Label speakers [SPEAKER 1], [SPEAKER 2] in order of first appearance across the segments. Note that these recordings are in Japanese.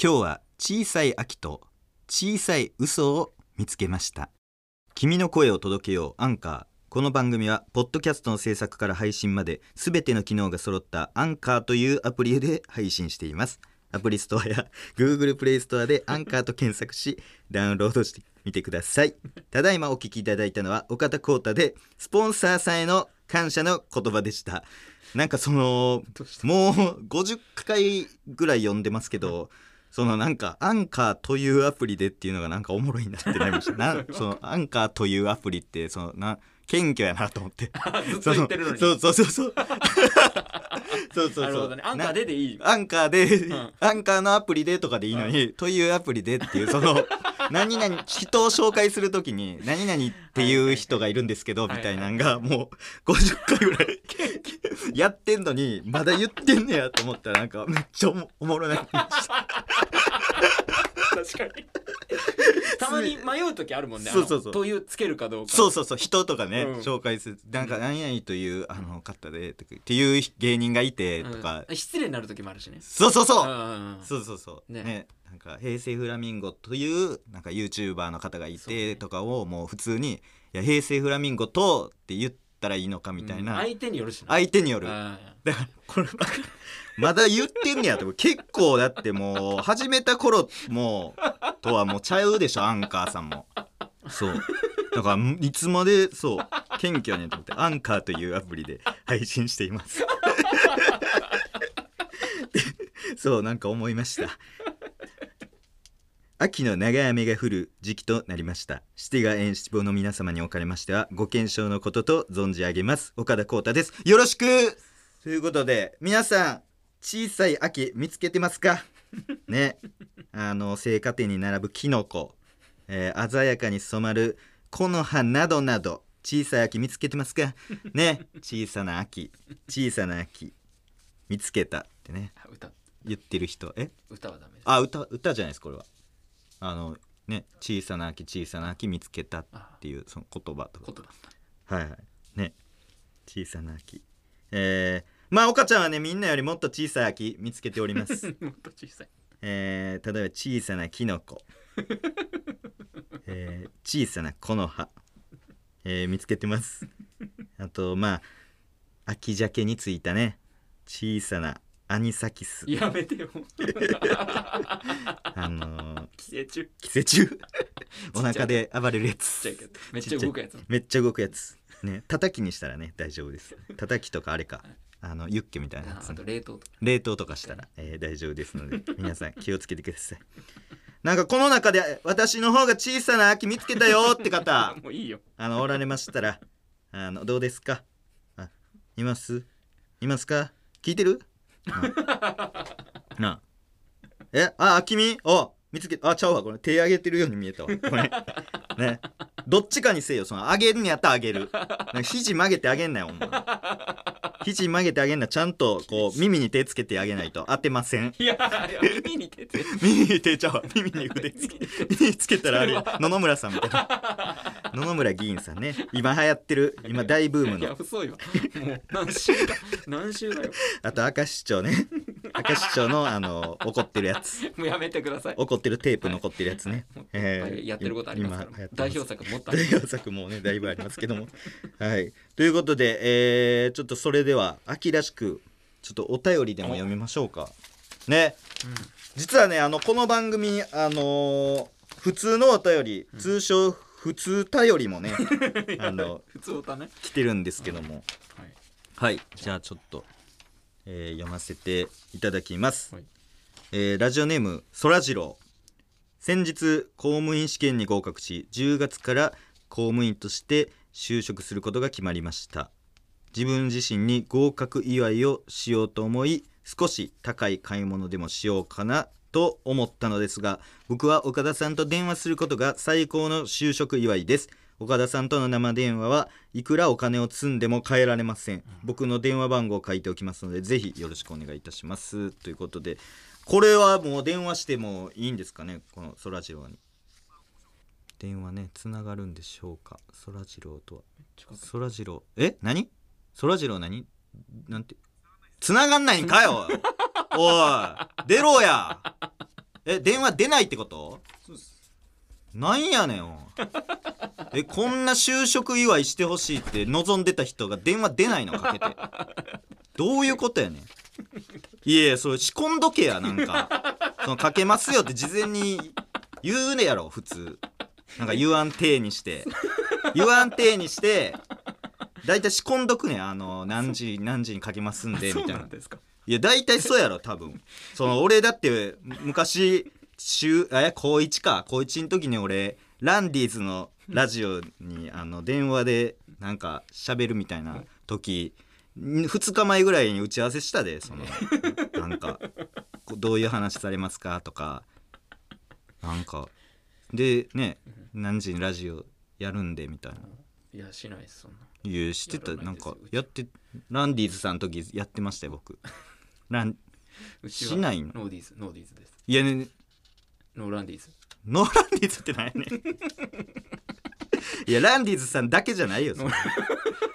[SPEAKER 1] 今日は小さい秋と小さい嘘を見つけました君の声を届けようアンカーこの番組はポッドキャストの制作から配信まで全ての機能が揃ったアンカーというアプリで配信していますアプリストアや Google プレイストアでアンカーと検索しダウンロードしてみてくださいただいまお聞きいただいたのは岡田浩太でスポンサーさんへの感謝の言葉でしたなんかその
[SPEAKER 2] どうした
[SPEAKER 1] もう50回ぐらい読んでますけど、そのなんか、アンカーというアプリでっていうのがなんかおもろいなってなりま した。なそのアンカーというアプリって、そのな、謙虚やなと思って。
[SPEAKER 2] ずっと言ってるのに
[SPEAKER 1] そうそうそうそう。 そうそうそう。
[SPEAKER 2] なるほどねアンカー
[SPEAKER 1] な
[SPEAKER 2] ででい い
[SPEAKER 1] アンカーで、
[SPEAKER 2] ん
[SPEAKER 1] アンカーのアプリでとかでいいのに、というアプリでっていう、そ の、何々、人を紹介するときに、何々っていう人がいるんですけど、
[SPEAKER 2] はい
[SPEAKER 1] み
[SPEAKER 2] はい
[SPEAKER 1] たいなんが、もう、50回ぐ らいやってんのに、まだ言ってんねやと思ったら、なんか、めっちゃおもおもろない。
[SPEAKER 2] 確かにたまに迷う時あるもんねあ
[SPEAKER 1] そ
[SPEAKER 2] の
[SPEAKER 1] うそうそう
[SPEAKER 2] というつけるかどうか
[SPEAKER 1] そうそうそう、人とかね、
[SPEAKER 2] うん
[SPEAKER 1] 紹介する。なんか、何々という、あの、方で、とかっていう芸人がいて、とか、
[SPEAKER 2] うん失礼になる時もあるしね
[SPEAKER 1] そうそうそう、
[SPEAKER 2] うんうんうん
[SPEAKER 1] そうそうそう
[SPEAKER 2] ね
[SPEAKER 1] ねなんか平成フラミンゴというなんか YouTuber の方がい
[SPEAKER 2] そうね
[SPEAKER 1] てとかをもう普通に「いや平成フラミンゴと」って言ったらいいのかみたい
[SPEAKER 2] うん
[SPEAKER 1] な、
[SPEAKER 2] 相手によるしな
[SPEAKER 1] 相手による
[SPEAKER 2] うん
[SPEAKER 1] だからこれまだ言ってんねやと思う結構だってもう始めた頃もうとはもうちゃうでしょアンカーさんもそうだからんいつまでそう謙虚やねんと思ってアンカーというアプリで配信しています そうなんか思いました秋の長雨が降る時期となりましたシティガ演出坊の皆様におかれましてはご健勝のことと存じ上げます岡田浩太ですよろしくということで皆さん小さい秋見つけてますか ねあの青果店に並ぶキノコ、えー鮮やかに染まる木の葉などなど小さい秋見つけてますか ね小さな秋小さな秋見つけたってね
[SPEAKER 2] あ歌
[SPEAKER 1] 言ってる人え
[SPEAKER 2] 歌はダメです
[SPEAKER 1] あ歌歌じゃないですこれはあのね小さな秋小さな秋見つけたっ
[SPEAKER 2] あ
[SPEAKER 1] ていうその言葉とか
[SPEAKER 2] 言葉
[SPEAKER 1] はいはいね小さな秋えー、まあ岡ちゃんはねみんなよりもっと小さい秋見つけております
[SPEAKER 2] もっと小さい
[SPEAKER 1] えー、例えば小さなキノ コ、えー、小さな木の葉、えー、見つけてますあとまあ秋鮭についたね小さなアニサキス
[SPEAKER 2] やめてよ
[SPEAKER 1] あのー、
[SPEAKER 2] 寄生虫 ちっ
[SPEAKER 1] 寄生虫お腹で暴れるやつ
[SPEAKER 2] ちゃいけどめっちゃ動くやつ
[SPEAKER 1] めっちゃ動くやつね叩きにしたらね大丈夫です叩きとかあれかあのユッケみたいなや
[SPEAKER 2] あ
[SPEAKER 1] つ
[SPEAKER 2] あと冷凍とか
[SPEAKER 1] 冷凍とかしたら、えー大丈夫ですので皆さん気をつけてくださいなんかこの中で私の方が小さな秋見つけたよって方
[SPEAKER 2] あもういいよ
[SPEAKER 1] あのおられましたらあのどうですかあいますいますか聞いてるなあなあえああ君お見つけあちゃうわこれ手上げてるように見えたわこれねどっちかにせよその上げるんやったら上げるなんか肘曲げてあげんなよお前肘曲げてあげんなちゃんとこう耳に手つけてあげないと当てません
[SPEAKER 2] いやいや耳に出てる
[SPEAKER 1] 耳に手ちゃうわ耳に腕つ け耳につけたらあれや
[SPEAKER 2] それは
[SPEAKER 1] 野々村さんみたいな 野々村議員さんね今流行ってる今大ブーム
[SPEAKER 2] いや
[SPEAKER 1] の
[SPEAKER 2] 遅いわもう何週だ何週だよ
[SPEAKER 1] あと明石市長ね明石市長のあの怒ってるやつ
[SPEAKER 2] もうやめてください
[SPEAKER 1] 怒ってるテープ残ってるやつ ね、えー
[SPEAKER 2] やってることありますか
[SPEAKER 1] 今流
[SPEAKER 2] ら
[SPEAKER 1] 行ってま
[SPEAKER 2] 代
[SPEAKER 1] す
[SPEAKER 2] 表作 もっとある
[SPEAKER 1] 代表作もねだいぶありますけどもはいということで、えーちょっとそれでは秋らしくちょっとお便りでも読みましょうかね、実はねあのこの番組あのー普通のお便り通称普通頼りもね、 あの
[SPEAKER 2] 普通歌ね
[SPEAKER 1] 来てるんですけども
[SPEAKER 2] はい
[SPEAKER 1] はいじゃあちょっと、えー読ませていただきます、
[SPEAKER 2] はい
[SPEAKER 1] えーラジオネームそらジロー先日公務員試験に合格し10月から公務員として就職することが決まりました自分自身に合格祝いをしようと思い少し高い買い物でもしようかなと思ったのですが僕は岡田さんと電話することが最高の就職祝いです岡田さんとの生電話はいくらお金を積んでも変えられません僕の電話番号を書いておきますのでぜひよろしくお願いいたしますということでこれはもう電話してもいいんですかねこのそらジローに電話ねつながるんでしょうかそらジローとは
[SPEAKER 2] ちょっと
[SPEAKER 1] そらジローえ何そらジロー何 なんて繋がんないんかよおい出ろやえ電話出ないってこと
[SPEAKER 3] そうです
[SPEAKER 1] なんやねんおいえこんな就職祝いしてほしいって望んでた人が電話出ないのかけてどういうことやねんいやいやそれ仕込んどけやなんかそのかけますよって事前に言うねやろ普通なんか言わんていにして言わんていにして大体仕込んどくねんあの何時何時にかけますんでみ
[SPEAKER 3] そう
[SPEAKER 1] たい
[SPEAKER 3] な
[SPEAKER 1] なん
[SPEAKER 3] ですか
[SPEAKER 1] いや大体そうやろ多分その俺だって昔週あいや高1か高1の時に俺ランディーズのラジオにあの電話でなんか喋るみたいな時2日前ぐらいに打ち合わせしたでそのなんかこうどういう話されますかとかなんかでね何時にラジオやるんでみたいない
[SPEAKER 2] やしないですそんな
[SPEAKER 1] いうしてた
[SPEAKER 2] やら
[SPEAKER 1] な
[SPEAKER 2] ない
[SPEAKER 1] ん
[SPEAKER 2] ですよ
[SPEAKER 1] かやってランディーズさんの時やってましたよ僕ラン
[SPEAKER 2] うちは
[SPEAKER 1] しないの
[SPEAKER 2] ノーディーズノーディーズです
[SPEAKER 1] いやね
[SPEAKER 2] ノーランディーズ
[SPEAKER 1] ノーランディーズってなんやねんいやランディーズさんだけじゃないよそれ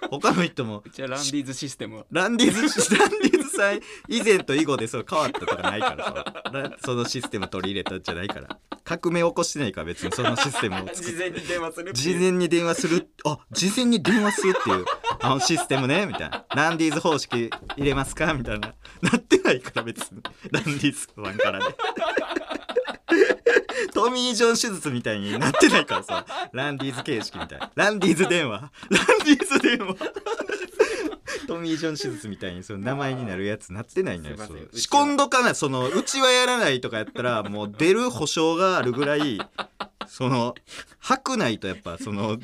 [SPEAKER 1] 他の人も
[SPEAKER 2] うちはランディーズシステムは
[SPEAKER 1] ランディーズランディーズさん以前と以後でそう変わったとかないからそのラそのシステム取り入れたんじゃないから革命起こしてないから別にそのシステムを作っ
[SPEAKER 2] 事前に電話する
[SPEAKER 1] 事前に電話するあ事前に電話するって いうあのシステムねみたいなランディーズ方式入れますかみたいななってないから別にランディーズファンからね トミー・ジョン手術みたいになってないからさランディーズ形式みたいなランディーズ電話ランディーズ電話トミー・ジョン手術みたいにその名前になるやつなってないのよ
[SPEAKER 2] すいません
[SPEAKER 1] そう
[SPEAKER 2] うちは
[SPEAKER 1] 仕込んどかないそのうちはやらないとかやったらもう出る保証があるぐらいその吐くないとやっぱそ の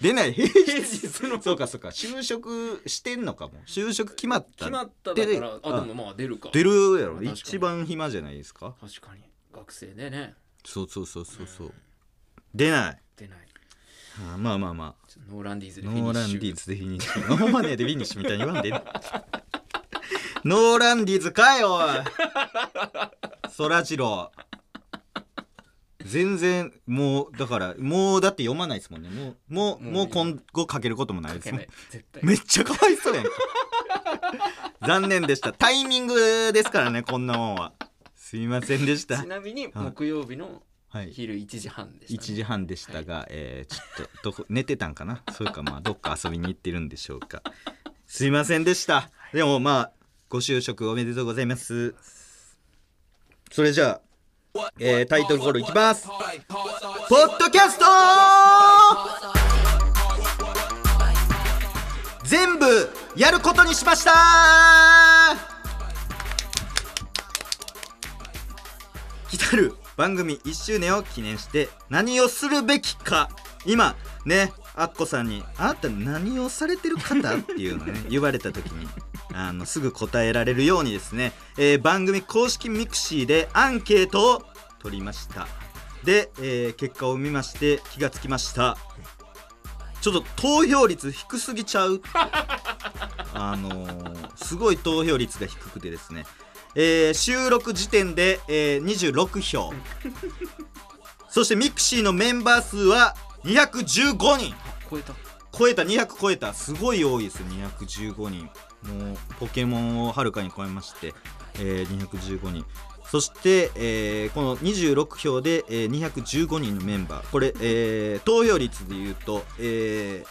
[SPEAKER 1] 出ない平
[SPEAKER 2] 平
[SPEAKER 1] 日
[SPEAKER 2] 日の
[SPEAKER 1] そうかそうか就職してんのかも就職決まった
[SPEAKER 2] 決まっただからあ
[SPEAKER 1] うん
[SPEAKER 2] でもまあ出るか
[SPEAKER 1] 出るや
[SPEAKER 2] ま
[SPEAKER 1] ろ
[SPEAKER 2] あ確かに
[SPEAKER 1] 一番暇じゃないですか
[SPEAKER 2] 確かに学生でね
[SPEAKER 1] そうそうそうそうそう出ない
[SPEAKER 2] 出ない
[SPEAKER 1] あーまあまあまあ
[SPEAKER 2] ちょっとノーランディーズでフィニ
[SPEAKER 1] ノーラ
[SPEAKER 2] ッ
[SPEAKER 1] ンデ
[SPEAKER 2] シュ
[SPEAKER 1] ィーズでフィニッシュノーマネーでフィニッシュみたいに言わんでいいのノーランディーズかよおいそらジロー全然もうだからもうだって読まないですもんねもうもう
[SPEAKER 2] もう
[SPEAKER 1] もう今後かけることもないです
[SPEAKER 2] 書け
[SPEAKER 1] もん
[SPEAKER 2] ない絶対
[SPEAKER 1] めっちゃかわいそうやんか残念でしたタイミングですからねこんなもんはすいませんでした
[SPEAKER 2] ちなみに木曜日の
[SPEAKER 1] はい
[SPEAKER 2] 昼1時半でした、ね、
[SPEAKER 1] 1時半でしたが、えーちょっとどこ寝てたんか なそれかまあどっか遊びに行ってるんでしょうかすいませんでしたでもまあご就職おめでとうございますそれじゃあ、えータイトルコールいきますポッドキャスト全部やることにしました来たる番組1周年を記念して何をするべきか今ねアッコさんに「あなた何をされてる方?」っていうのね言われた時にあのすぐ答えられるようにですね、えー番組公式ミクシーでアンケートを取りましたで、えー結果を見まして気がつきましたちょっと投票率低すぎちゃうあのーすごい投票率が低くてですねえー収録時点で、えー26票そしてミクシーのメンバー数は215人
[SPEAKER 2] 超え た
[SPEAKER 1] 超えた200超えたすごい多いです215人もうポケモンをはるかに超えまして、えー215人そして、えーこの26票で、えー215人のメンバーこれ、えー投票率でいうと、え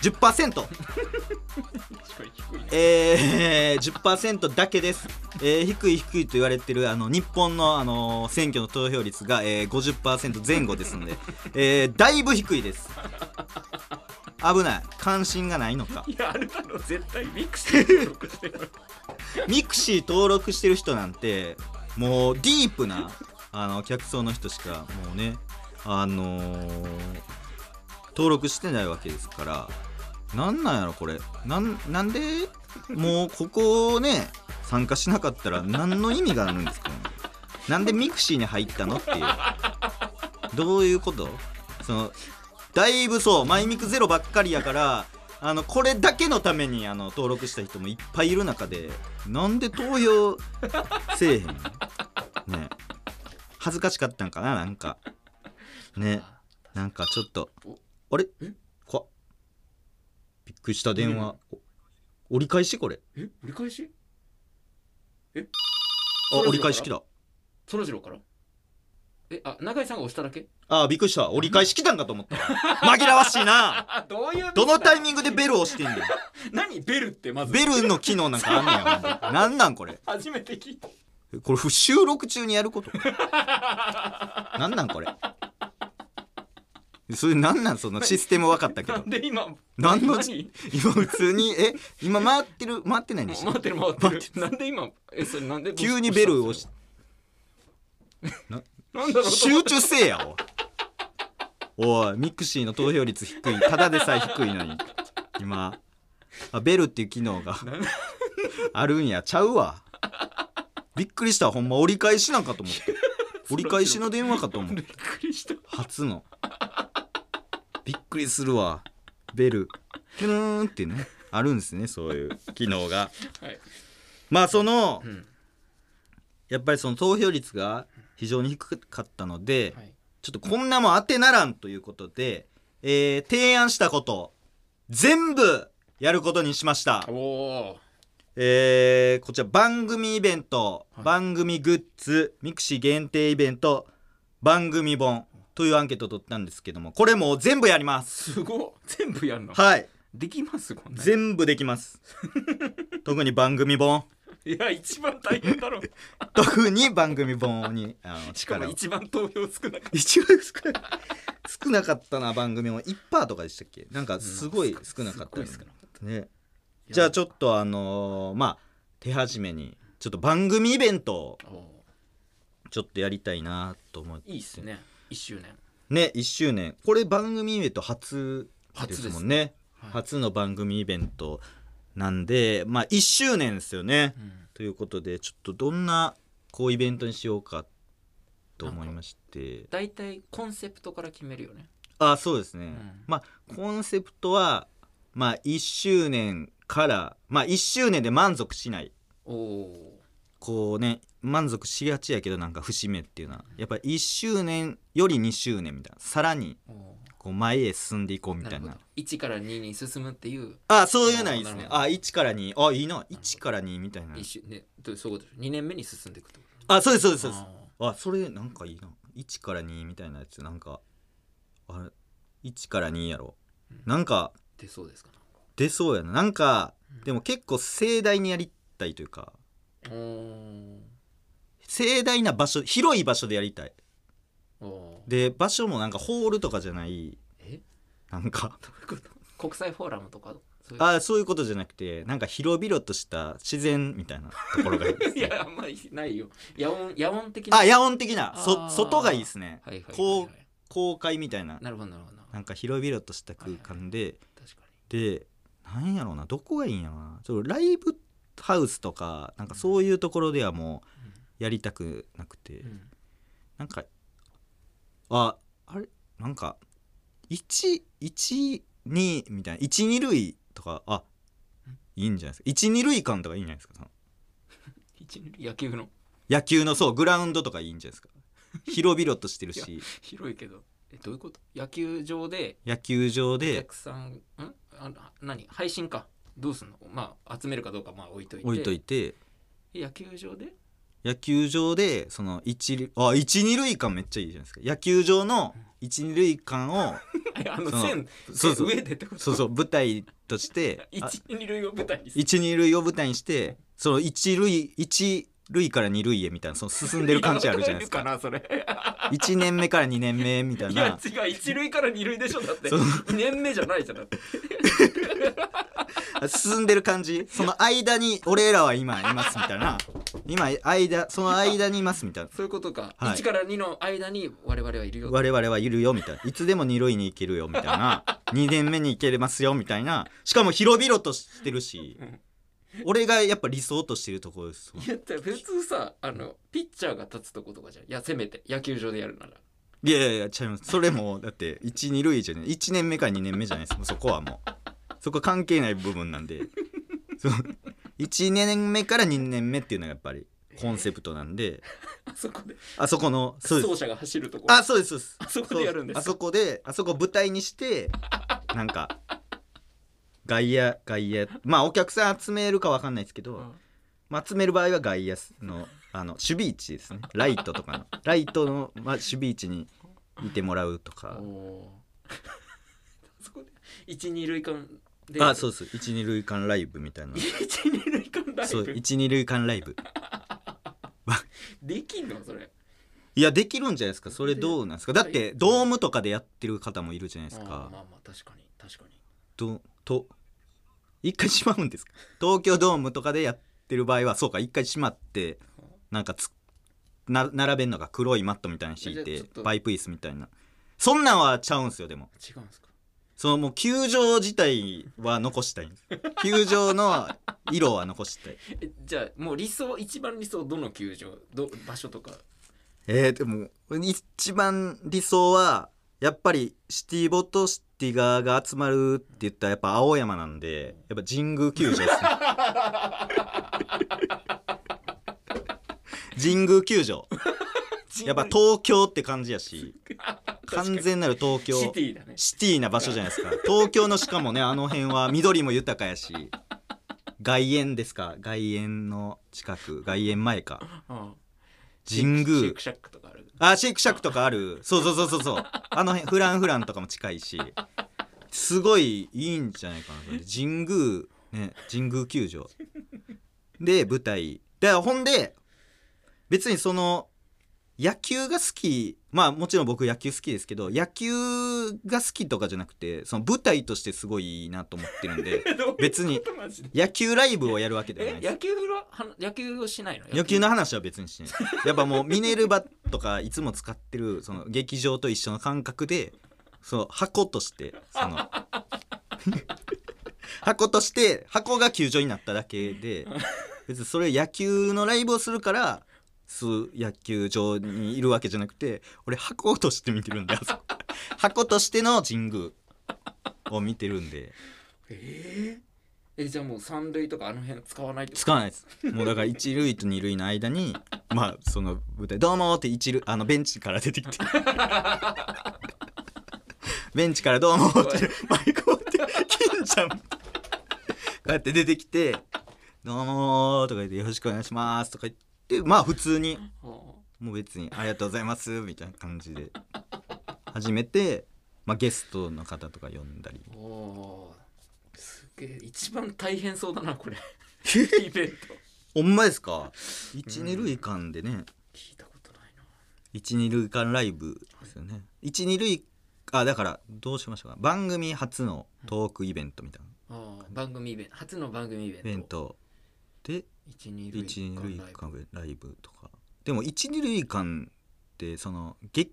[SPEAKER 1] ー、10%
[SPEAKER 2] 確かに低いね
[SPEAKER 1] えー、10%だけです、えー低い低いと言われてるあの日本の、あのー選挙の投票率が、えー、50%前後ですので、えーだいぶ低いです危ない関心がないのか
[SPEAKER 2] いやあれだろ絶対ミクシー登録してる
[SPEAKER 1] ミクシー登録してる人なんてもうディープなあの客層の人しかもうねあのー登録してないわけですからなんなんやろこれなんなんでもうここをね参加しなかったら何の意味があるんですかねなんでミクシーに入ったのっていうどういうことそのだいぶそうマイミクゼロばっかりやからあのこれだけのためにあの登録した人もいっぱいいる中でなんで投票せえへんのね恥ずかしかったんかななんかねなんかちょっとあれ
[SPEAKER 2] え
[SPEAKER 1] こびっくりした電話、お折り返しこれ
[SPEAKER 2] え折り返し
[SPEAKER 1] あ折り返し来た
[SPEAKER 2] そらジローからえあ中井さんが押しただけ
[SPEAKER 1] ああびっくりした折り返し来たんかと思った紛らわしいな
[SPEAKER 2] あどういう
[SPEAKER 1] どのタイミ
[SPEAKER 2] ン
[SPEAKER 1] ングでベル押してんねん
[SPEAKER 2] グ何ベルってまず
[SPEAKER 1] ベルの機能なんかあんねやほんでなんなんこれ
[SPEAKER 2] 初めて聞いた
[SPEAKER 1] これ収録中にやることなんなんこれそれなんなんそのシステム分かったけ
[SPEAKER 2] な
[SPEAKER 1] ど
[SPEAKER 2] んで今
[SPEAKER 1] 何の
[SPEAKER 2] 何
[SPEAKER 1] 今普通にえ今回ってる回ってないんでし
[SPEAKER 2] もう
[SPEAKER 1] た
[SPEAKER 2] 待ってる回ってるなんで今えそれなんで
[SPEAKER 1] 急にベル押し
[SPEAKER 2] なんだろうと思
[SPEAKER 1] 集中せえやおいおいミクシーの投票率低いただでさえ低いのに今あベルっていう機能があるんやちゃうわびっくりしたほんま折り返しなんかと思って折り返しの電話かと思
[SPEAKER 2] っ
[SPEAKER 1] ってて
[SPEAKER 2] びっくりした
[SPEAKER 1] 初のびっくりするわベルキュルーンってねあるんですねそういう機能が
[SPEAKER 2] はい
[SPEAKER 1] まあその
[SPEAKER 2] うん
[SPEAKER 1] やっぱりその投票率が非常に低かったので、
[SPEAKER 2] はい
[SPEAKER 1] ちょっとこんなもん当てならんということで、えー提案したこと全部やることにしました
[SPEAKER 2] お、お
[SPEAKER 1] えーこちら番組イベント、
[SPEAKER 2] はい
[SPEAKER 1] 番組グッズミクシー限定イベント番組本というアンケートを取ったんですけどもこれもう全部やります
[SPEAKER 2] すごっ全部やるの
[SPEAKER 1] はい
[SPEAKER 2] できますこんなん
[SPEAKER 1] 全部できます 特に番組本
[SPEAKER 2] いや一番大変だろ
[SPEAKER 1] 特に番組本にあの
[SPEAKER 2] しか
[SPEAKER 1] 力を
[SPEAKER 2] も一番投票少なかっ
[SPEAKER 1] 一番少な少なかったな番組も1%とかでしたっけなんか
[SPEAKER 2] た
[SPEAKER 1] すごい少なかった
[SPEAKER 2] すごい
[SPEAKER 1] よ
[SPEAKER 2] 少なかっ
[SPEAKER 1] ね
[SPEAKER 2] た
[SPEAKER 1] じゃあちょっとあのーまあ手始めにちょっと番組イベントを
[SPEAKER 2] おお
[SPEAKER 1] ちょっとやりたいなと思って
[SPEAKER 2] いいっすね一周年
[SPEAKER 1] ね1周年これ番組イベント初ですもんね初,、
[SPEAKER 2] はい
[SPEAKER 1] の番組イベントなんでまあ1周年ですよね、
[SPEAKER 2] うん
[SPEAKER 1] ということでちょっとどんなこうイベントにしようかと思いまして
[SPEAKER 2] 大体コンセプトから決めるよね
[SPEAKER 1] あそうですね、
[SPEAKER 2] ん
[SPEAKER 1] まあコンセプトはまあ1周年からまあ1周年で満足しない
[SPEAKER 2] おお
[SPEAKER 1] こうね満足しがちやけどなんか節目っていうのはやっぱり1周年より2周年みたいなさらに
[SPEAKER 2] ーお
[SPEAKER 1] こう前へ進んでいこうみ
[SPEAKER 2] ーな
[SPEAKER 1] た
[SPEAKER 2] る
[SPEAKER 1] い
[SPEAKER 2] ほ
[SPEAKER 1] な
[SPEAKER 2] ど1から2に進むっていう
[SPEAKER 1] あそういうのはいいですね
[SPEAKER 2] なるほど
[SPEAKER 1] あ1から2あいいな1から2みたいな
[SPEAKER 2] 一周ねどうそういうこと2年目に進んでいくってこと
[SPEAKER 1] あそうですそうですそうです
[SPEAKER 2] あー
[SPEAKER 1] あそれなんかいいな1から2みたいなやつなんかあれ1から2やろ
[SPEAKER 2] うん
[SPEAKER 1] なんか
[SPEAKER 2] 出そうですかね
[SPEAKER 1] 出そうやななんか
[SPEAKER 2] うん
[SPEAKER 1] でも結構盛大にやりたいというか
[SPEAKER 2] おー
[SPEAKER 1] 盛大な場所広い場所でやりたい
[SPEAKER 2] おー
[SPEAKER 1] で場所もなんかホールとかじゃない
[SPEAKER 2] え
[SPEAKER 1] なんか
[SPEAKER 2] どういうこと国際フォーラムとかそういう
[SPEAKER 1] あそういうことじゃなくてなんか広々とした自然みたいなところがいい
[SPEAKER 2] いやあんまりないよ野音野音的な
[SPEAKER 1] あ野音的なそ
[SPEAKER 2] あー
[SPEAKER 1] 外がいいですね
[SPEAKER 2] はいはいはい
[SPEAKER 1] こ
[SPEAKER 2] は
[SPEAKER 1] 公開みたいない
[SPEAKER 2] なるほどなるほどなるほ
[SPEAKER 1] なんか広々とした空間で
[SPEAKER 2] ど確かに
[SPEAKER 1] でなんやろうなどこがいいんやろうなちょっとライブハウスとかなんかそういうところではもうやりたくなくて、
[SPEAKER 2] うん
[SPEAKER 1] なんかああれなんか112みたいな12類とかあいいんじゃないですか12類感とかいいんじゃないですかその
[SPEAKER 2] 一二野球の
[SPEAKER 1] 野球のそうグラウンドとかいいんじゃないですか広々としてるし
[SPEAKER 2] 広いけどえどういうこと野球場で
[SPEAKER 1] 野球場
[SPEAKER 2] お
[SPEAKER 1] で
[SPEAKER 2] 客さんんあ何配信かどうすんのまあ集めるかどうかまあ置いといて
[SPEAKER 1] 置いといて
[SPEAKER 2] 野球場 で
[SPEAKER 1] 野球場でその一塁あ一二塁間めっちゃいいじゃないですか野球場の一二塁間 を
[SPEAKER 2] えあの
[SPEAKER 1] その
[SPEAKER 2] 線
[SPEAKER 1] そうそう
[SPEAKER 2] 線上でってこと
[SPEAKER 1] そうそう舞台としてあ
[SPEAKER 2] 一二塁を舞台にする
[SPEAKER 1] 一二塁を舞台にしてその一塁一塁から二塁へみたいなその進んでる感じあるじゃないですか
[SPEAKER 2] やわかるかな
[SPEAKER 1] 1年目から2年目みた
[SPEAKER 2] それ
[SPEAKER 1] い
[SPEAKER 2] い
[SPEAKER 1] な
[SPEAKER 2] や違う一塁から二塁でしょだって
[SPEAKER 1] そう
[SPEAKER 2] 二年目じゃないじゃんだって
[SPEAKER 1] 進んでる感じその間に俺らは今いますみたいな今間その間にいますみたいな
[SPEAKER 2] そういうことか
[SPEAKER 1] はい
[SPEAKER 2] 一から二の間に我々はいるよ
[SPEAKER 1] 我々はいるよみたいないつでも二塁に行けるよみたい な2年目に行けれますよみたいなしかも広々としてるし
[SPEAKER 2] うん
[SPEAKER 1] 俺がやっぱ理想としてるところです
[SPEAKER 2] いやだって普通さあのピッチャーが立つとことかじゃんいやせめて野球場でやるなら
[SPEAKER 1] いやいやいや違いますそれもだって12塁じゃない1年目から2年目じゃないですもうそこはもうそこは関係ない部分なんで1年目から2年目っていうのがやっぱりコンセプトなんで
[SPEAKER 2] あそこで
[SPEAKER 1] あそこのそうです
[SPEAKER 2] 走者が走るとこ
[SPEAKER 1] あそうですそうです
[SPEAKER 2] あそこでやるんですか
[SPEAKER 1] あそこであそこ舞台にしてなんか外野外野まあお客さん集めるかわかんないですけど、
[SPEAKER 2] うん
[SPEAKER 1] まあ、集める場合は外野のあの守備位置ですねライトとかのライトの、まあ、守備位置にいてもらうとか
[SPEAKER 2] おおー そこで一二塁間で
[SPEAKER 1] あそう
[SPEAKER 2] う
[SPEAKER 1] です一二塁間ライブみたいな
[SPEAKER 2] 一二塁間ライ
[SPEAKER 1] そう
[SPEAKER 2] ブ
[SPEAKER 1] 一二塁間ライブ
[SPEAKER 2] できんのそれ
[SPEAKER 1] いやできるんじゃないですかそれどうなんですかだってドームとかでやってる方もいるじゃないです
[SPEAKER 2] あー
[SPEAKER 1] か
[SPEAKER 2] まあまあ確かに確かに
[SPEAKER 1] どと一回閉まるんですか東京ドームとかでやってる場合はそうか一回閉まってなんかつな並べんのが黒いマットみたいに敷い
[SPEAKER 2] じゃあ
[SPEAKER 1] て
[SPEAKER 2] ちょっと
[SPEAKER 1] パイプ椅子みたいなそんなんはちゃうんすよでも
[SPEAKER 2] 違うんですか
[SPEAKER 1] そのもう球場自体は残したいんです球場の色は残したい
[SPEAKER 2] えじゃあもう理想一番理想どの球場ど場所 とか
[SPEAKER 1] えー、でも一番理想はやっぱりシティボとシティ側が集まるって言ったらやっぱ青山なんでやっぱ神宮球場で すね神宮球場やっぱ東京って感じやし完全なる東京
[SPEAKER 2] シティだね
[SPEAKER 1] シティな場所じゃないですか東京のしかもねあの辺は緑も豊かやし外苑ですか外苑の近く外苑前か
[SPEAKER 2] うん
[SPEAKER 1] 神
[SPEAKER 2] シェイ
[SPEAKER 1] 宮
[SPEAKER 2] クシャックとかある
[SPEAKER 1] あシェイクシャックとかあるそうそうそうそうそうあの辺フランフランとかも近いしすごいいいんじゃないかなそれ神宮ね神宮球場で舞台でほんで別にその野球が好きまあもちろん僕野球好きですけど野球が好きとかじゃなくてその舞台としてすごいいいなと思ってるんで 別に
[SPEAKER 2] どういうことマジで
[SPEAKER 1] 野球ライブをやるわけではない
[SPEAKER 2] え
[SPEAKER 1] です
[SPEAKER 2] 野球はは野球をしないの
[SPEAKER 1] 野球の話は別にしないやっぱもうミネルヴァとかいつも使ってるその劇場と一緒の感覚でその箱としてその 箱として箱が球場になっただけで別にそれ野球のライブをするからそう野球場にいるわけじゃなくて俺箱として見てるんであそこ 箱としての神宮を見てるんで
[SPEAKER 2] えー、えじゃあもう三塁とかあの辺使わないってこと
[SPEAKER 1] 使わないですもうだから一塁と二塁の間に まあその舞台「どうも」って一塁あのベンチから出てきて ベンチから「どうも」ってマイクを持って金ちゃんこうやって出てきて「どうも」とか言って「よろしくお願いします」とか言ってまあ普通に
[SPEAKER 2] は
[SPEAKER 1] もう別に「ありがとうございます」みたいな感じで始めて、まあ、ゲストの方とか呼んだり
[SPEAKER 2] あおーすげえ一番大変そうだなこれイベント
[SPEAKER 1] ほんまですか一二塁間でね、
[SPEAKER 2] 聞いたことないな
[SPEAKER 1] 一二塁間ライブですよね一二塁あだからどうしましょうか番組初のトークイベントみたいな
[SPEAKER 2] あー番組イベント初の番組イベン
[SPEAKER 1] イ
[SPEAKER 2] ト
[SPEAKER 1] ベントで
[SPEAKER 2] 一二塁
[SPEAKER 1] 一二塁
[SPEAKER 2] 間ライブ
[SPEAKER 1] 間ライブとかでも一二塁間ってその劇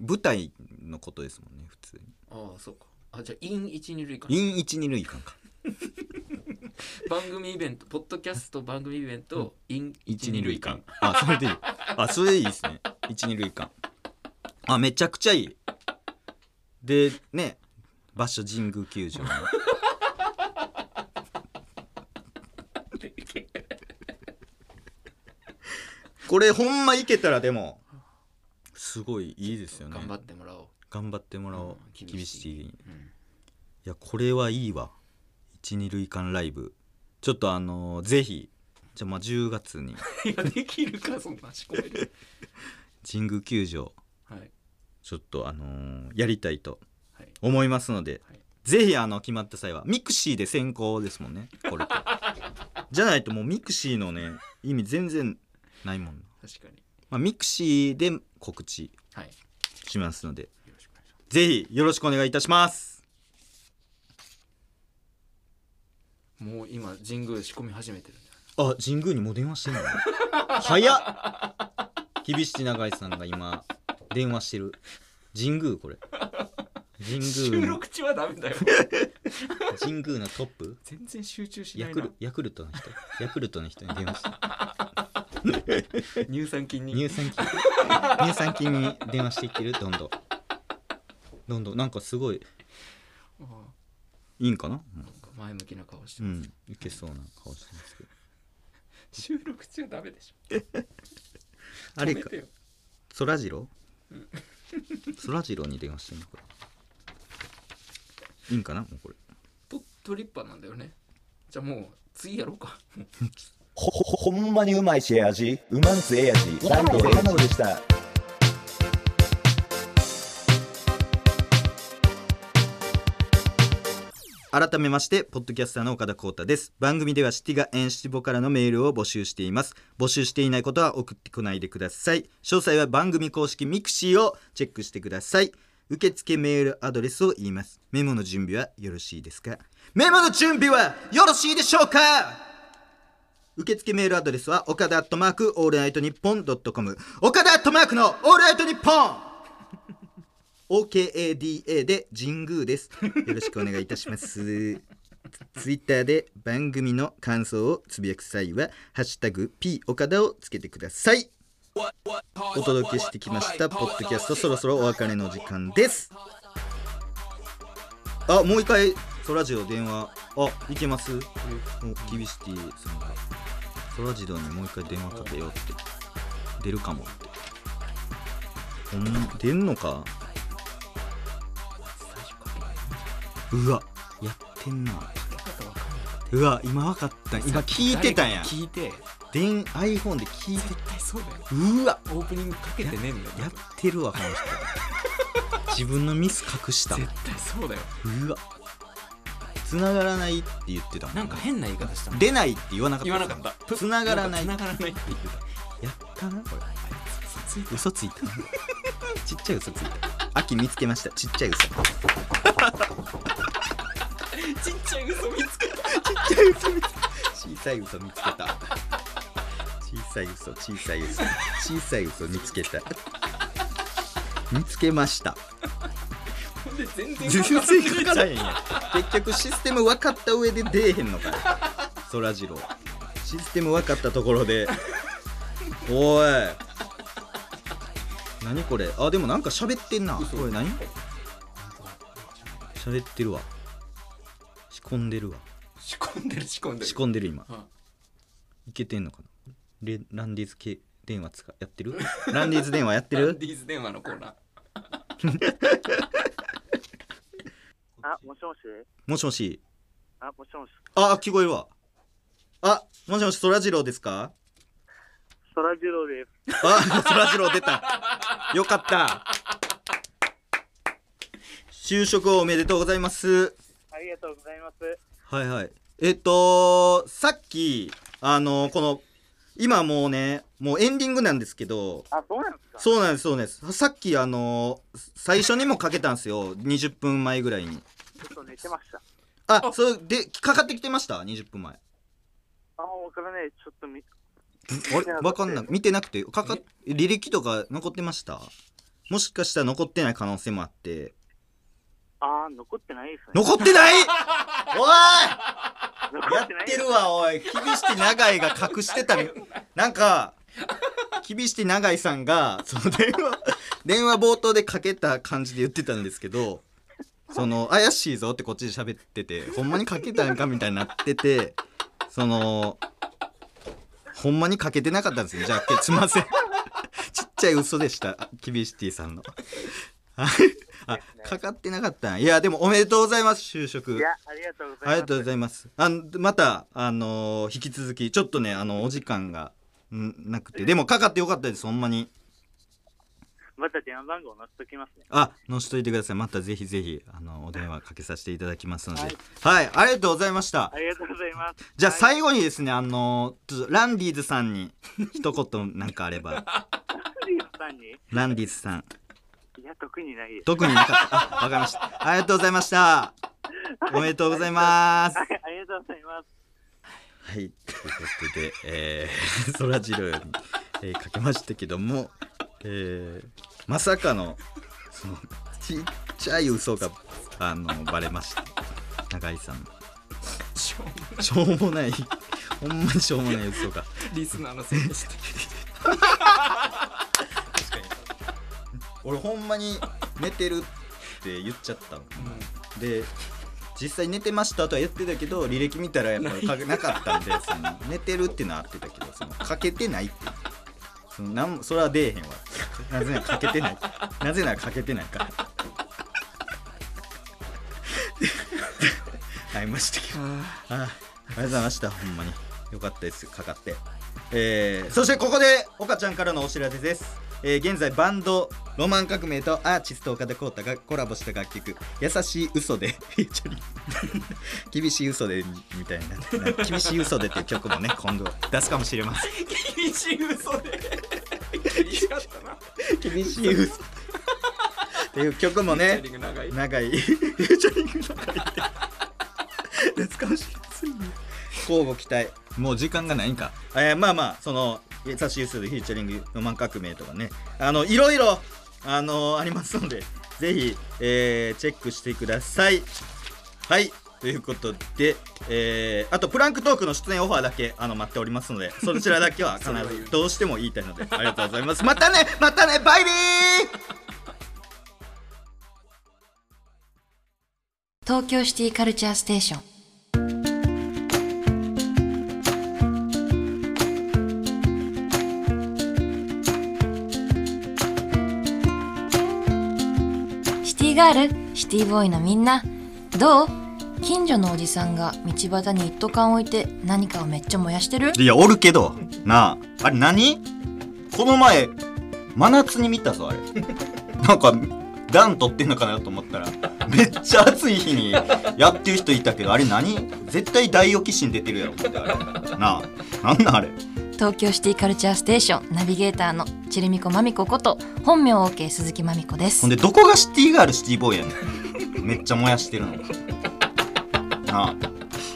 [SPEAKER 1] 舞台のことですもんね普通
[SPEAKER 2] ああそうかあじゃあイン一二塁間
[SPEAKER 1] にイン一二塁間か
[SPEAKER 2] 番組イベントポッドキャスト番組イベント、イン
[SPEAKER 1] 一二塁間あそれでいいあそれでいいですね一二塁間あめちゃくちゃいいでね場所神宮球場のこれほんまいけたらでもすごいいいですよね
[SPEAKER 2] 頑張ってもらおう、
[SPEAKER 1] 頑張ってもらおう
[SPEAKER 2] うん
[SPEAKER 1] 厳しいい
[SPEAKER 2] うん
[SPEAKER 1] やこれはいいわ一二塁間ライブちょっとあのーぜひじゃあまあ10月に
[SPEAKER 2] いやできるかそんな仕込める
[SPEAKER 1] 神宮球場
[SPEAKER 2] はい
[SPEAKER 1] ちょっとあのーやりたいと
[SPEAKER 2] はい
[SPEAKER 1] 思いますので、
[SPEAKER 2] はい
[SPEAKER 1] ぜひあの決まった際はミクシーで先行ですもんねこ れってじゃないともうミクシーのね意味全然ないもんな、
[SPEAKER 2] 確かに
[SPEAKER 1] まあ、ミクシーで告知
[SPEAKER 2] はいよ
[SPEAKER 1] しますので
[SPEAKER 2] ろしくお願いします
[SPEAKER 1] ぜひよろしくお願いいたします
[SPEAKER 2] もう今神宮仕込み始めてるんだ
[SPEAKER 1] あ神宮にもう電話してんの 早っ厳しい長井さんが今電話してる神宮これ神
[SPEAKER 2] 収
[SPEAKER 1] 宮の
[SPEAKER 2] 録中はダメ だよ
[SPEAKER 1] 神宮のトップ
[SPEAKER 2] 全然集中し
[SPEAKER 1] ヤ
[SPEAKER 2] ない
[SPEAKER 1] ク
[SPEAKER 2] な
[SPEAKER 1] ルヤクルトの人ヤクルトの人に電話して
[SPEAKER 2] 乳酸菌に
[SPEAKER 1] 乳酸 菌乳酸菌に電話していってるどんどんどんどんなんかすごい
[SPEAKER 2] ああ
[SPEAKER 1] いいんかな
[SPEAKER 2] なんか前向きな顔して
[SPEAKER 1] う
[SPEAKER 2] ます、
[SPEAKER 1] んいけそうな顔してますけど
[SPEAKER 2] 収録中はダメでしょ
[SPEAKER 1] あれ
[SPEAKER 2] 止め
[SPEAKER 1] か
[SPEAKER 2] てよ
[SPEAKER 1] そらジローそらジローに電話してんのこれいいんかなもうこれ
[SPEAKER 2] とトリッパーなんだよねじゃあもう次やろうか
[SPEAKER 3] ほ、ほ、ほほんまにうまいしえ味。うまんすええ味。ランド岡野でした。
[SPEAKER 1] 改めましてポッドキャスターの岡田光太です番組ではシティが演出ボからのメールを募集しています募集していないことは送ってこないでください詳細は番組公式ミクシーをチェックしてください受付メールアドレスを言いますメモの準備はよろしいですかメモの準備はよろしいでしょうか受付メールアドレスは岡田アットマークオールナイトニッポンドットコム岡田アットマークのオールナイトニッポン OKADA で神宮です。よろしくお願いいたします。 ツイッターで番組の感想をつぶやく際は「ハッシュタグ #P 岡田」をつけてください。お届けしてきましたポッドキャストそろそろお別れの時間です。あもう一回ソラジオ電話あいけます？もうキビシティさんがソラジドにもう一回電話かけようって出るかもって。ほん出んのか？うわやってんなうわ今わかった今聞いてたんや
[SPEAKER 2] 聞いて
[SPEAKER 1] でん iPhone で聞いて
[SPEAKER 2] 絶対そうだよ
[SPEAKER 1] うわ
[SPEAKER 2] オープニングかけてねえんだよ
[SPEAKER 1] やってるわこの人 自分のミス隠した
[SPEAKER 2] 絶対そうだよ
[SPEAKER 1] うわ繋がらないって言ってたもん
[SPEAKER 2] なんか変な言い方したもん
[SPEAKER 1] 出ないって言わなかった
[SPEAKER 2] 言わなかったぷ
[SPEAKER 1] 繋がらない
[SPEAKER 2] んか繋がらないって言ってた
[SPEAKER 1] やったなこれ
[SPEAKER 2] ついて
[SPEAKER 1] 嘘ついたな ちっちゃい嘘ついた秋見つけましたちっちゃい嘘ちっ
[SPEAKER 2] ちっちゃい嘘見つけた
[SPEAKER 1] ちゃい嘘見つけ小さい嘘見つけた小さい嘘小さい嘘小さい嘘見つけた見つけました
[SPEAKER 2] ほんで全然
[SPEAKER 1] 全
[SPEAKER 2] かかんない
[SPEAKER 1] 然かかんやん結局システム分かった上で出えへんのかよそらジローシステム分かったところでおい何これあでもなんか喋ってんなこれ何喋ってるわ仕込んでるわ
[SPEAKER 2] 仕込んでる仕込んでる
[SPEAKER 1] 仕込んでる今
[SPEAKER 2] うん
[SPEAKER 1] いけてんのかなレランディーズ系電話使やってるランディーズ電話やってる
[SPEAKER 2] ディーズ電話のコーナー
[SPEAKER 4] あ、もしもし
[SPEAKER 1] もしもし
[SPEAKER 4] あ、もしもし。
[SPEAKER 1] あ聞こえるわあもしもしそらジローですか
[SPEAKER 4] そらジローです。
[SPEAKER 1] あ、そらジロー出た。よかった。就職おめでとうございます。
[SPEAKER 4] ありがとうございます。
[SPEAKER 1] はいはい。えっと、さっき、あの、この、今もうね、もうエンディングなんですけど、
[SPEAKER 4] あ、そうなんですか
[SPEAKER 1] そうなんです、そうなんです。さっき、あの、最初にもかけたんですよ。20分前ぐらいに。
[SPEAKER 4] ちょっと寝てました。
[SPEAKER 1] あ、それで、かかってきてました ?20 分前。
[SPEAKER 4] あ、わからない。ちょっとみ、
[SPEAKER 1] あれわかんない。見てなくて、かか、履歴とか残ってましたもしかしたら残ってない可能性もあって。
[SPEAKER 4] あー、残ってないですね。
[SPEAKER 1] 残ってないおい
[SPEAKER 4] 残
[SPEAKER 1] や
[SPEAKER 4] ってな
[SPEAKER 1] っ
[SPEAKER 4] い
[SPEAKER 1] てるわおい厳して長井が隠してたりなんか厳して長井さんがその電話電話冒頭でかけた感じで言ってたんですけどその怪しいぞってこっちで喋っててほんまにかけたんかみたいになっててそのほんまにかけてなかったんですねじゃあすいませんちっちゃい嘘でしたあキビシティさんのああかかってなかったんいやでもおめでとうございます就職
[SPEAKER 4] いや、ありがとうございます。
[SPEAKER 1] ありがとうございます。あんまた、あのー引き続き、ちょっとね、あの、お時間が、んなくて。でも、かかってよかったです、ほんまに。
[SPEAKER 4] また電話番号載せときますね。
[SPEAKER 1] あ、のしといてください。またぜひぜひ、あの、お電話かけさせていただきますので。はい、ありがとうございました
[SPEAKER 4] あ。りがとうござ います。
[SPEAKER 1] じゃあ、
[SPEAKER 4] はい
[SPEAKER 1] 最後にですね、あのーちょっと、ランディーズさんに、 一言なんかあれば、
[SPEAKER 4] リーさんに
[SPEAKER 1] ランディーズさん、
[SPEAKER 4] いや、特にないです。
[SPEAKER 1] 特になかった。あ、わかりました。ありがとうございました。おめでとうございます。
[SPEAKER 4] はい、 ありがとうございま
[SPEAKER 1] は
[SPEAKER 4] す。
[SPEAKER 1] い、ということで、えー、そらジローに、えーかけましたけども、えーまさかの、その、ちっちゃい嘘が、あの、バレました。長井さんの。
[SPEAKER 2] しょうもない
[SPEAKER 1] しょうもない、ほんまにしょうもない嘘が。
[SPEAKER 2] リスナーのせいに して
[SPEAKER 1] 俺、ほんまに寝てるって言っちゃったの。で、実際寝てましたとは言ってたけど、履歴見たらやっぱりかけなかったんで、その寝てるっていうのは合ってたけど、そのかけてないっていう。そのなんもそれは出えへんわ。なぜならかけてない。なぜならかけてないから。 会いましたけど。ああありがとうございました、ほんまに。よかったですかかって、えーそしてここで岡ちゃんからのお知らせです、えー現在バンドロマン革命とアーティスト岡田浩太がコラボした楽曲「優しい嘘で」フィーチャリング 厳しい嘘でみたいなな厳しい嘘でっていう曲もね今度出すかもしれません
[SPEAKER 2] 厳しい嘘で 厳しかったな
[SPEAKER 1] 厳しい 嘘っていう曲も
[SPEAKER 2] チャ
[SPEAKER 1] ね
[SPEAKER 2] リング長い
[SPEAKER 1] 長い フューチャリング長いって懐かしい交互期待もう時間がないんか、えーまあまあその「優しい嘘で」フューチャリング「ロマン革命」とかねあのいろいろ、あのありますのでぜひ、えーチェックしてくださいはいということで、えーあとプランクトークの出演オファーだけあの待っておりますので そちらだけは必ずどうしても言いたいのでありがとうございますまたねまたねバイビー
[SPEAKER 5] 東京シティカルチャーステーションシティガールシティボーイのみんなどう近所のおじさんが道端に一斗缶置いて何かをめっちゃ燃やしてる
[SPEAKER 1] いや、おるけど、なあ、あれ何この前、真夏に見たぞ、あれ。なんか、暖取ってんのかなと思ったら、めっちゃ暑い日にやってる人いたけど、あれ何絶対ダイオキシン出てるやろ、思ってあれ。なあ、なんなんあれ。
[SPEAKER 5] 東京シティカルチャーステーションナビゲーターのちりみこまみここと本名 OK 鈴木まみこです
[SPEAKER 1] ほんで、どこがシティガール、シティボーイやねん。めっちゃ燃やしてるの。なあ、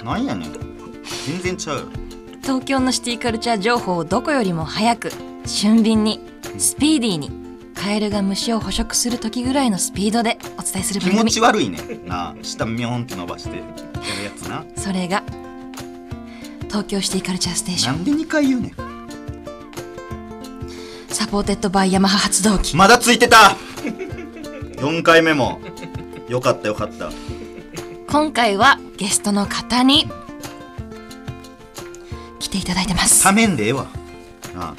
[SPEAKER 1] なんやねん。全然ちゃうよ。
[SPEAKER 5] 東京のシティカルチャー情報をどこよりも早く俊敏にスピーディーにカエルが虫を捕食する時ぐらいのスピードでお伝えする
[SPEAKER 1] 気
[SPEAKER 5] 番
[SPEAKER 1] 持
[SPEAKER 5] 組
[SPEAKER 1] ち悪いねん。なあ、下ミョンって伸ばしてやるやつな。
[SPEAKER 5] それが東京シティカルチャーステーシ
[SPEAKER 1] な
[SPEAKER 5] ョン
[SPEAKER 1] んで2回言うねん。
[SPEAKER 5] サポーテッドバイヤマハ発動機
[SPEAKER 1] まだついてた !4 回目も。よかったよかった。
[SPEAKER 5] 今回はゲストの方に来ていただいてます
[SPEAKER 1] ためんでええわ。な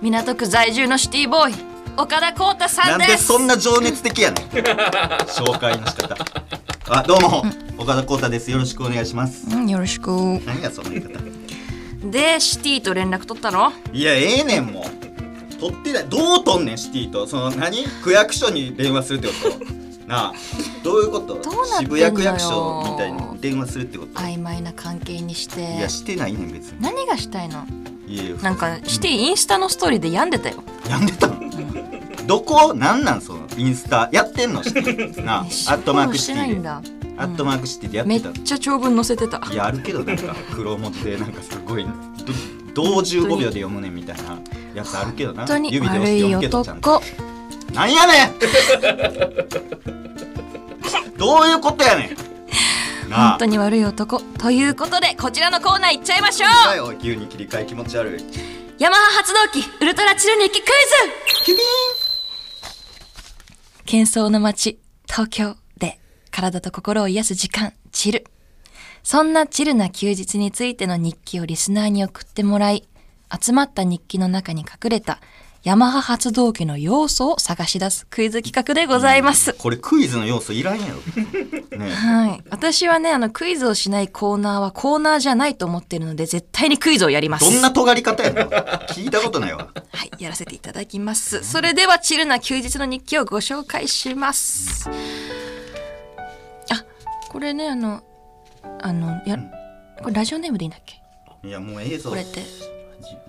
[SPEAKER 5] 港区在住のシティボーイ岡田光太
[SPEAKER 1] あ
[SPEAKER 5] さ
[SPEAKER 1] なんん
[SPEAKER 5] で
[SPEAKER 1] ですそんな情熱的やねん。紹介の仕方。あ、どうも。岡田浩太です。よろしくお願いします。
[SPEAKER 5] うん、よろしく
[SPEAKER 1] 何やその言い方。
[SPEAKER 5] でシティと連絡取ったの
[SPEAKER 1] いや、ええねんもう。取ってない。どう取んねん、シティと。その何、区役所に電話するってこと。なあ、どういうこと
[SPEAKER 5] どうなってんの
[SPEAKER 1] 渋
[SPEAKER 5] よ
[SPEAKER 1] 谷区役所みたいに電話するってこと。
[SPEAKER 5] 曖昧な関係にして
[SPEAKER 1] いや、してないねん、別に。
[SPEAKER 5] 何がしたいの
[SPEAKER 1] いやいや
[SPEAKER 5] なんかシティインスタのストーリーで病んでたよ、
[SPEAKER 1] やんでたのどこなんなんそのインスタやってんのシティなあア
[SPEAKER 5] ね
[SPEAKER 1] ットマークシテ
[SPEAKER 5] シフォローしてない
[SPEAKER 1] ィ
[SPEAKER 5] ん
[SPEAKER 1] で
[SPEAKER 5] だ
[SPEAKER 1] アットマークシティでやっ
[SPEAKER 5] め
[SPEAKER 1] て
[SPEAKER 5] った
[SPEAKER 1] の
[SPEAKER 5] ちゃ長文載せてた
[SPEAKER 1] いやあるけどなんか黒文字でなんかすごいど同15秒で読むねんみたいなやつあるけどな
[SPEAKER 5] 本当に
[SPEAKER 1] 指で押
[SPEAKER 5] 悪
[SPEAKER 1] して
[SPEAKER 5] い
[SPEAKER 1] 読むけどちゃんと
[SPEAKER 5] 男
[SPEAKER 1] なんやねんどういうことやねんなあ
[SPEAKER 5] 本当に悪い男ということでこちらのコーナー行っちゃいましょう
[SPEAKER 1] さよ急に切り替え気持ち悪い
[SPEAKER 5] ヤマハ発動機ウルトラチル日記クイズ喧騒の街東京で体と心を癒す時間チルそんなチルな休日についての日記をリスナーに送ってもらい集まった日記の中に隠れたヤマハ発動機の要素を探し出すクイズ企画でございます、
[SPEAKER 1] これクイズの要素いらんやろねえ
[SPEAKER 5] はい私はねあのクイズをしないコーナーはコーナーじゃないと思ってるので絶対にクイズをやります
[SPEAKER 1] どんな尖り方やろ聞いたことないわ
[SPEAKER 5] はい、やらせていただきます。それではチルな休日の日記をご紹介します。あ、これね、あの、あの、や、これラジオネームでいいんだっけ。
[SPEAKER 1] いやもうええぞ
[SPEAKER 5] これって、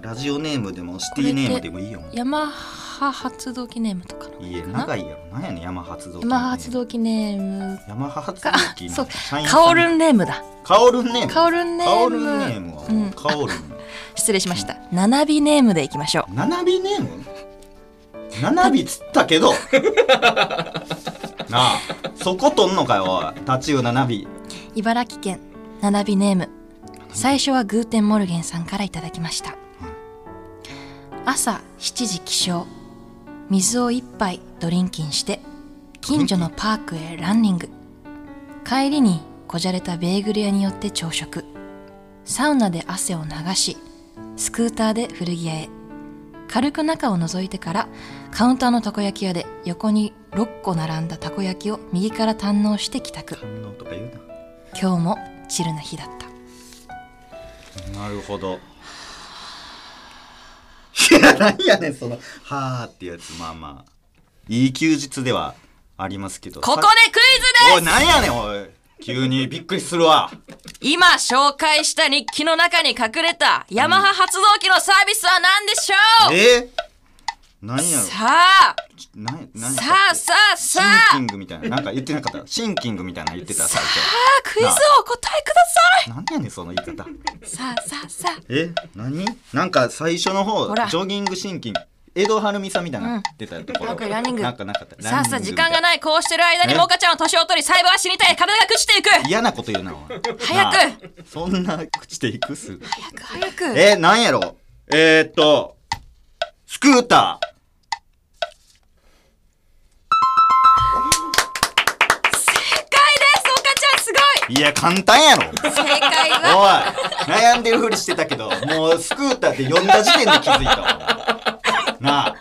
[SPEAKER 1] ラジオネームでもシティネームでもいいよ。
[SPEAKER 5] ヤマハ発動記ネームとかの。
[SPEAKER 1] いいえ、長いやろ。なんやねん、山発動機。
[SPEAKER 5] ヤマハ発動記ネーム。
[SPEAKER 1] 山発動
[SPEAKER 5] か、
[SPEAKER 1] 機
[SPEAKER 5] あ
[SPEAKER 1] の
[SPEAKER 5] そう
[SPEAKER 1] 社員、さん
[SPEAKER 5] カオルンネームだ。
[SPEAKER 1] カオルンネーム。
[SPEAKER 5] カオルンネーム
[SPEAKER 1] カオルンネームはもう
[SPEAKER 5] うん
[SPEAKER 1] カオルン。
[SPEAKER 5] 失礼しました。ナナビネームでいきましょう。
[SPEAKER 1] 七尾ネーム七尾つった けど。なあ、そこ取んのかよ、おい。タチウナナビ。
[SPEAKER 5] 茨城県ナナビネーム最初はグーテンモルゲンさんからいただきました朝7時起床水を一杯ドリンキンして近所のパークへランニング帰りにこじゃれたベーグル屋によって朝食サウナで汗を流しスクーターで古着屋へ軽く中を覗いてからカウンターのたこ焼き屋で横に6個並んだたこ焼きを右から堪能して帰宅
[SPEAKER 1] 反応とか言うな。
[SPEAKER 5] 今日もチルな日だった
[SPEAKER 1] なるほどいや何やねんその「はあ」ってやつまあまあいい休日ではありますけど
[SPEAKER 5] ここで
[SPEAKER 1] さ
[SPEAKER 5] クイ
[SPEAKER 1] お
[SPEAKER 5] ズ
[SPEAKER 1] い
[SPEAKER 5] で
[SPEAKER 1] 何やねんおい急にびっくりするわ
[SPEAKER 5] す今紹介した日記の中に隠れたヤマハ発動機のサービスは何でしょう、
[SPEAKER 1] え何やろ
[SPEAKER 5] さあ
[SPEAKER 1] 何や何や
[SPEAKER 5] さあさあ
[SPEAKER 1] シ
[SPEAKER 5] さ
[SPEAKER 1] ンキ
[SPEAKER 5] あ
[SPEAKER 1] ングみたいななんか言ってなかったシンキングみたいなの言ってた最
[SPEAKER 5] あクイズをお答えくださ
[SPEAKER 1] 初何やねんその言い方
[SPEAKER 5] いさあさあさあ
[SPEAKER 1] え何なんか最初の方
[SPEAKER 5] ほら
[SPEAKER 1] ジョギングシンキング江戸春美さんみたいなの出たところ、
[SPEAKER 5] うんランニング
[SPEAKER 1] なんかなかった
[SPEAKER 5] さあさあ時間が
[SPEAKER 1] い
[SPEAKER 5] ないこうしてる間に
[SPEAKER 1] え
[SPEAKER 5] モカちゃんは年を取り細胞は死にたい体が朽ちていく
[SPEAKER 1] 嫌なこと言うなお前
[SPEAKER 5] 早く
[SPEAKER 1] なあそんな口でいくすぐ
[SPEAKER 5] 早く早く
[SPEAKER 1] え何やろえー、っとスクーター
[SPEAKER 5] 正解ですモカちゃんすご
[SPEAKER 1] いや簡単やろ
[SPEAKER 5] い正解
[SPEAKER 1] おい
[SPEAKER 5] は
[SPEAKER 1] 悩んでるふりしてたけどもうスクーターって呼んだ時点で気づいたわなあ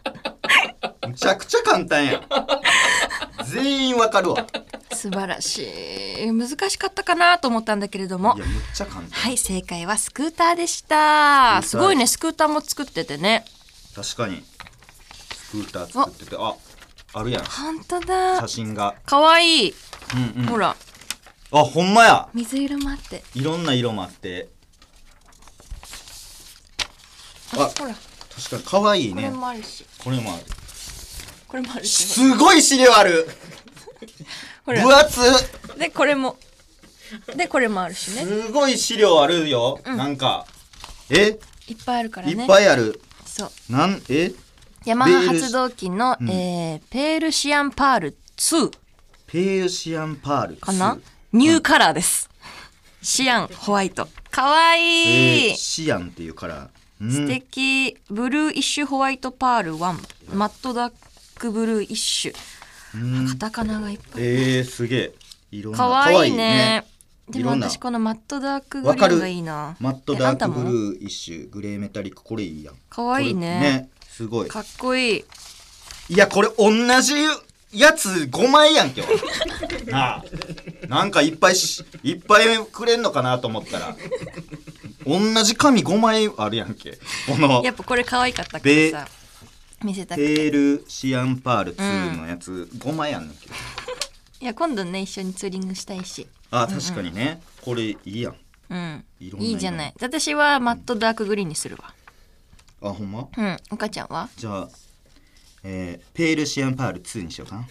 [SPEAKER 1] むちゃくちゃ簡単やん全員わかるわ
[SPEAKER 5] 素晴らしい難しかったかなと思ったんだけれども
[SPEAKER 1] いやむっちゃ簡単、
[SPEAKER 5] はい正解はスクーターでした
[SPEAKER 1] ス
[SPEAKER 5] す
[SPEAKER 1] クーター
[SPEAKER 5] ごいねスクーターも作っててね
[SPEAKER 1] 確かにスクーター作っててああるやん
[SPEAKER 5] 本当だ
[SPEAKER 1] 写真が
[SPEAKER 5] かわいい
[SPEAKER 1] うんうん
[SPEAKER 5] ほら
[SPEAKER 1] あほんまや
[SPEAKER 5] 水色もあって
[SPEAKER 1] いろんな色もあって
[SPEAKER 5] あ
[SPEAKER 1] あ
[SPEAKER 5] ほらこ
[SPEAKER 1] 確かに可愛い
[SPEAKER 5] れ
[SPEAKER 1] ね
[SPEAKER 5] もあるし
[SPEAKER 1] これもある
[SPEAKER 5] これもあるし
[SPEAKER 1] すごい資料ある
[SPEAKER 5] ほ
[SPEAKER 1] 分
[SPEAKER 5] ら
[SPEAKER 1] 厚っ
[SPEAKER 5] でこれもでこれもあるしね
[SPEAKER 1] すごい資料あるよ、なんかえ
[SPEAKER 5] いっぱいあるからね
[SPEAKER 1] いっぱいある
[SPEAKER 5] そう
[SPEAKER 1] なんえ
[SPEAKER 5] ヤマハ
[SPEAKER 1] ベール
[SPEAKER 5] 発動機の、えーペールシアンパール2
[SPEAKER 1] ペーシアンパール
[SPEAKER 5] かなニューカラーです、シアンホワイトかわ
[SPEAKER 1] え
[SPEAKER 5] いい、
[SPEAKER 1] ー、シアンっていうからうん
[SPEAKER 5] 素敵ブルーイッシュホワイトパール1マットダックブルーイッシュ
[SPEAKER 1] うん
[SPEAKER 5] カタカナがいっぱい
[SPEAKER 1] えー、すげえいろんな
[SPEAKER 5] かわいいねで
[SPEAKER 1] い
[SPEAKER 5] も
[SPEAKER 1] ろんな
[SPEAKER 5] 私このマットダークグ
[SPEAKER 1] わ
[SPEAKER 5] リ
[SPEAKER 1] か
[SPEAKER 5] ーン
[SPEAKER 1] る
[SPEAKER 5] がいいな
[SPEAKER 1] マットダークブル
[SPEAKER 5] ー
[SPEAKER 1] ー一種グレーメタリックこれいいやん
[SPEAKER 5] かわいいね
[SPEAKER 1] これねすごい
[SPEAKER 5] かっこいい
[SPEAKER 1] いやこれ同じやつ5枚やんけ俺 なあなんかいっぱいしいっぱいくれんのかなと思ったら同じ紙5枚あるやんけこの
[SPEAKER 5] やっぱこれかわいかったか
[SPEAKER 1] で
[SPEAKER 5] らさ見せたくて
[SPEAKER 1] ペールシアンパール2のやつ5枚やんねんけど、
[SPEAKER 5] いや今度ね一緒にツーリングしたいし
[SPEAKER 1] あ確かにね、これいいやん
[SPEAKER 5] うん
[SPEAKER 1] いろんな色
[SPEAKER 5] いいじゃない私はマットダークグリーンにするわ
[SPEAKER 1] あほんま
[SPEAKER 5] うんお母ちゃんは
[SPEAKER 1] じゃあ、えーペールシアンパール2にしようかな、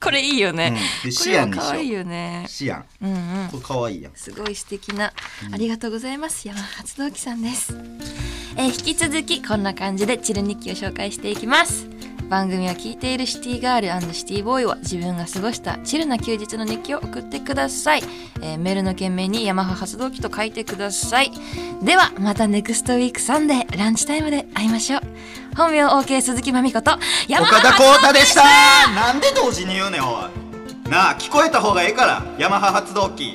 [SPEAKER 5] これいいよ
[SPEAKER 1] う
[SPEAKER 5] ね
[SPEAKER 1] ん、で
[SPEAKER 5] こ
[SPEAKER 1] シア
[SPEAKER 5] れも
[SPEAKER 1] ンに
[SPEAKER 5] か
[SPEAKER 1] し
[SPEAKER 5] わいい
[SPEAKER 1] よ
[SPEAKER 5] よね
[SPEAKER 1] うシアン
[SPEAKER 5] うんうん
[SPEAKER 1] これかわいいやん
[SPEAKER 5] すごい素敵な、ありがとうございます山発動機さんです、えー引き続きこんな感じでチル日記を紹介していきます番組を聞いているシティガールシティボーイは自分が過ごしたチルな休日の日記を送ってください、えーメールの件名にヤマハ発動機と書いてくださいではまたネクストウィークサンデーランチタイムで会いましょう本名 OK 鈴木まみことヤマ
[SPEAKER 1] 岡
[SPEAKER 5] ハ
[SPEAKER 1] 田
[SPEAKER 5] 発
[SPEAKER 1] 光
[SPEAKER 5] 動
[SPEAKER 1] 太
[SPEAKER 5] 機
[SPEAKER 1] でしたなんで同時に言うねんおいなあ聞こえた方がええからヤマハ発動機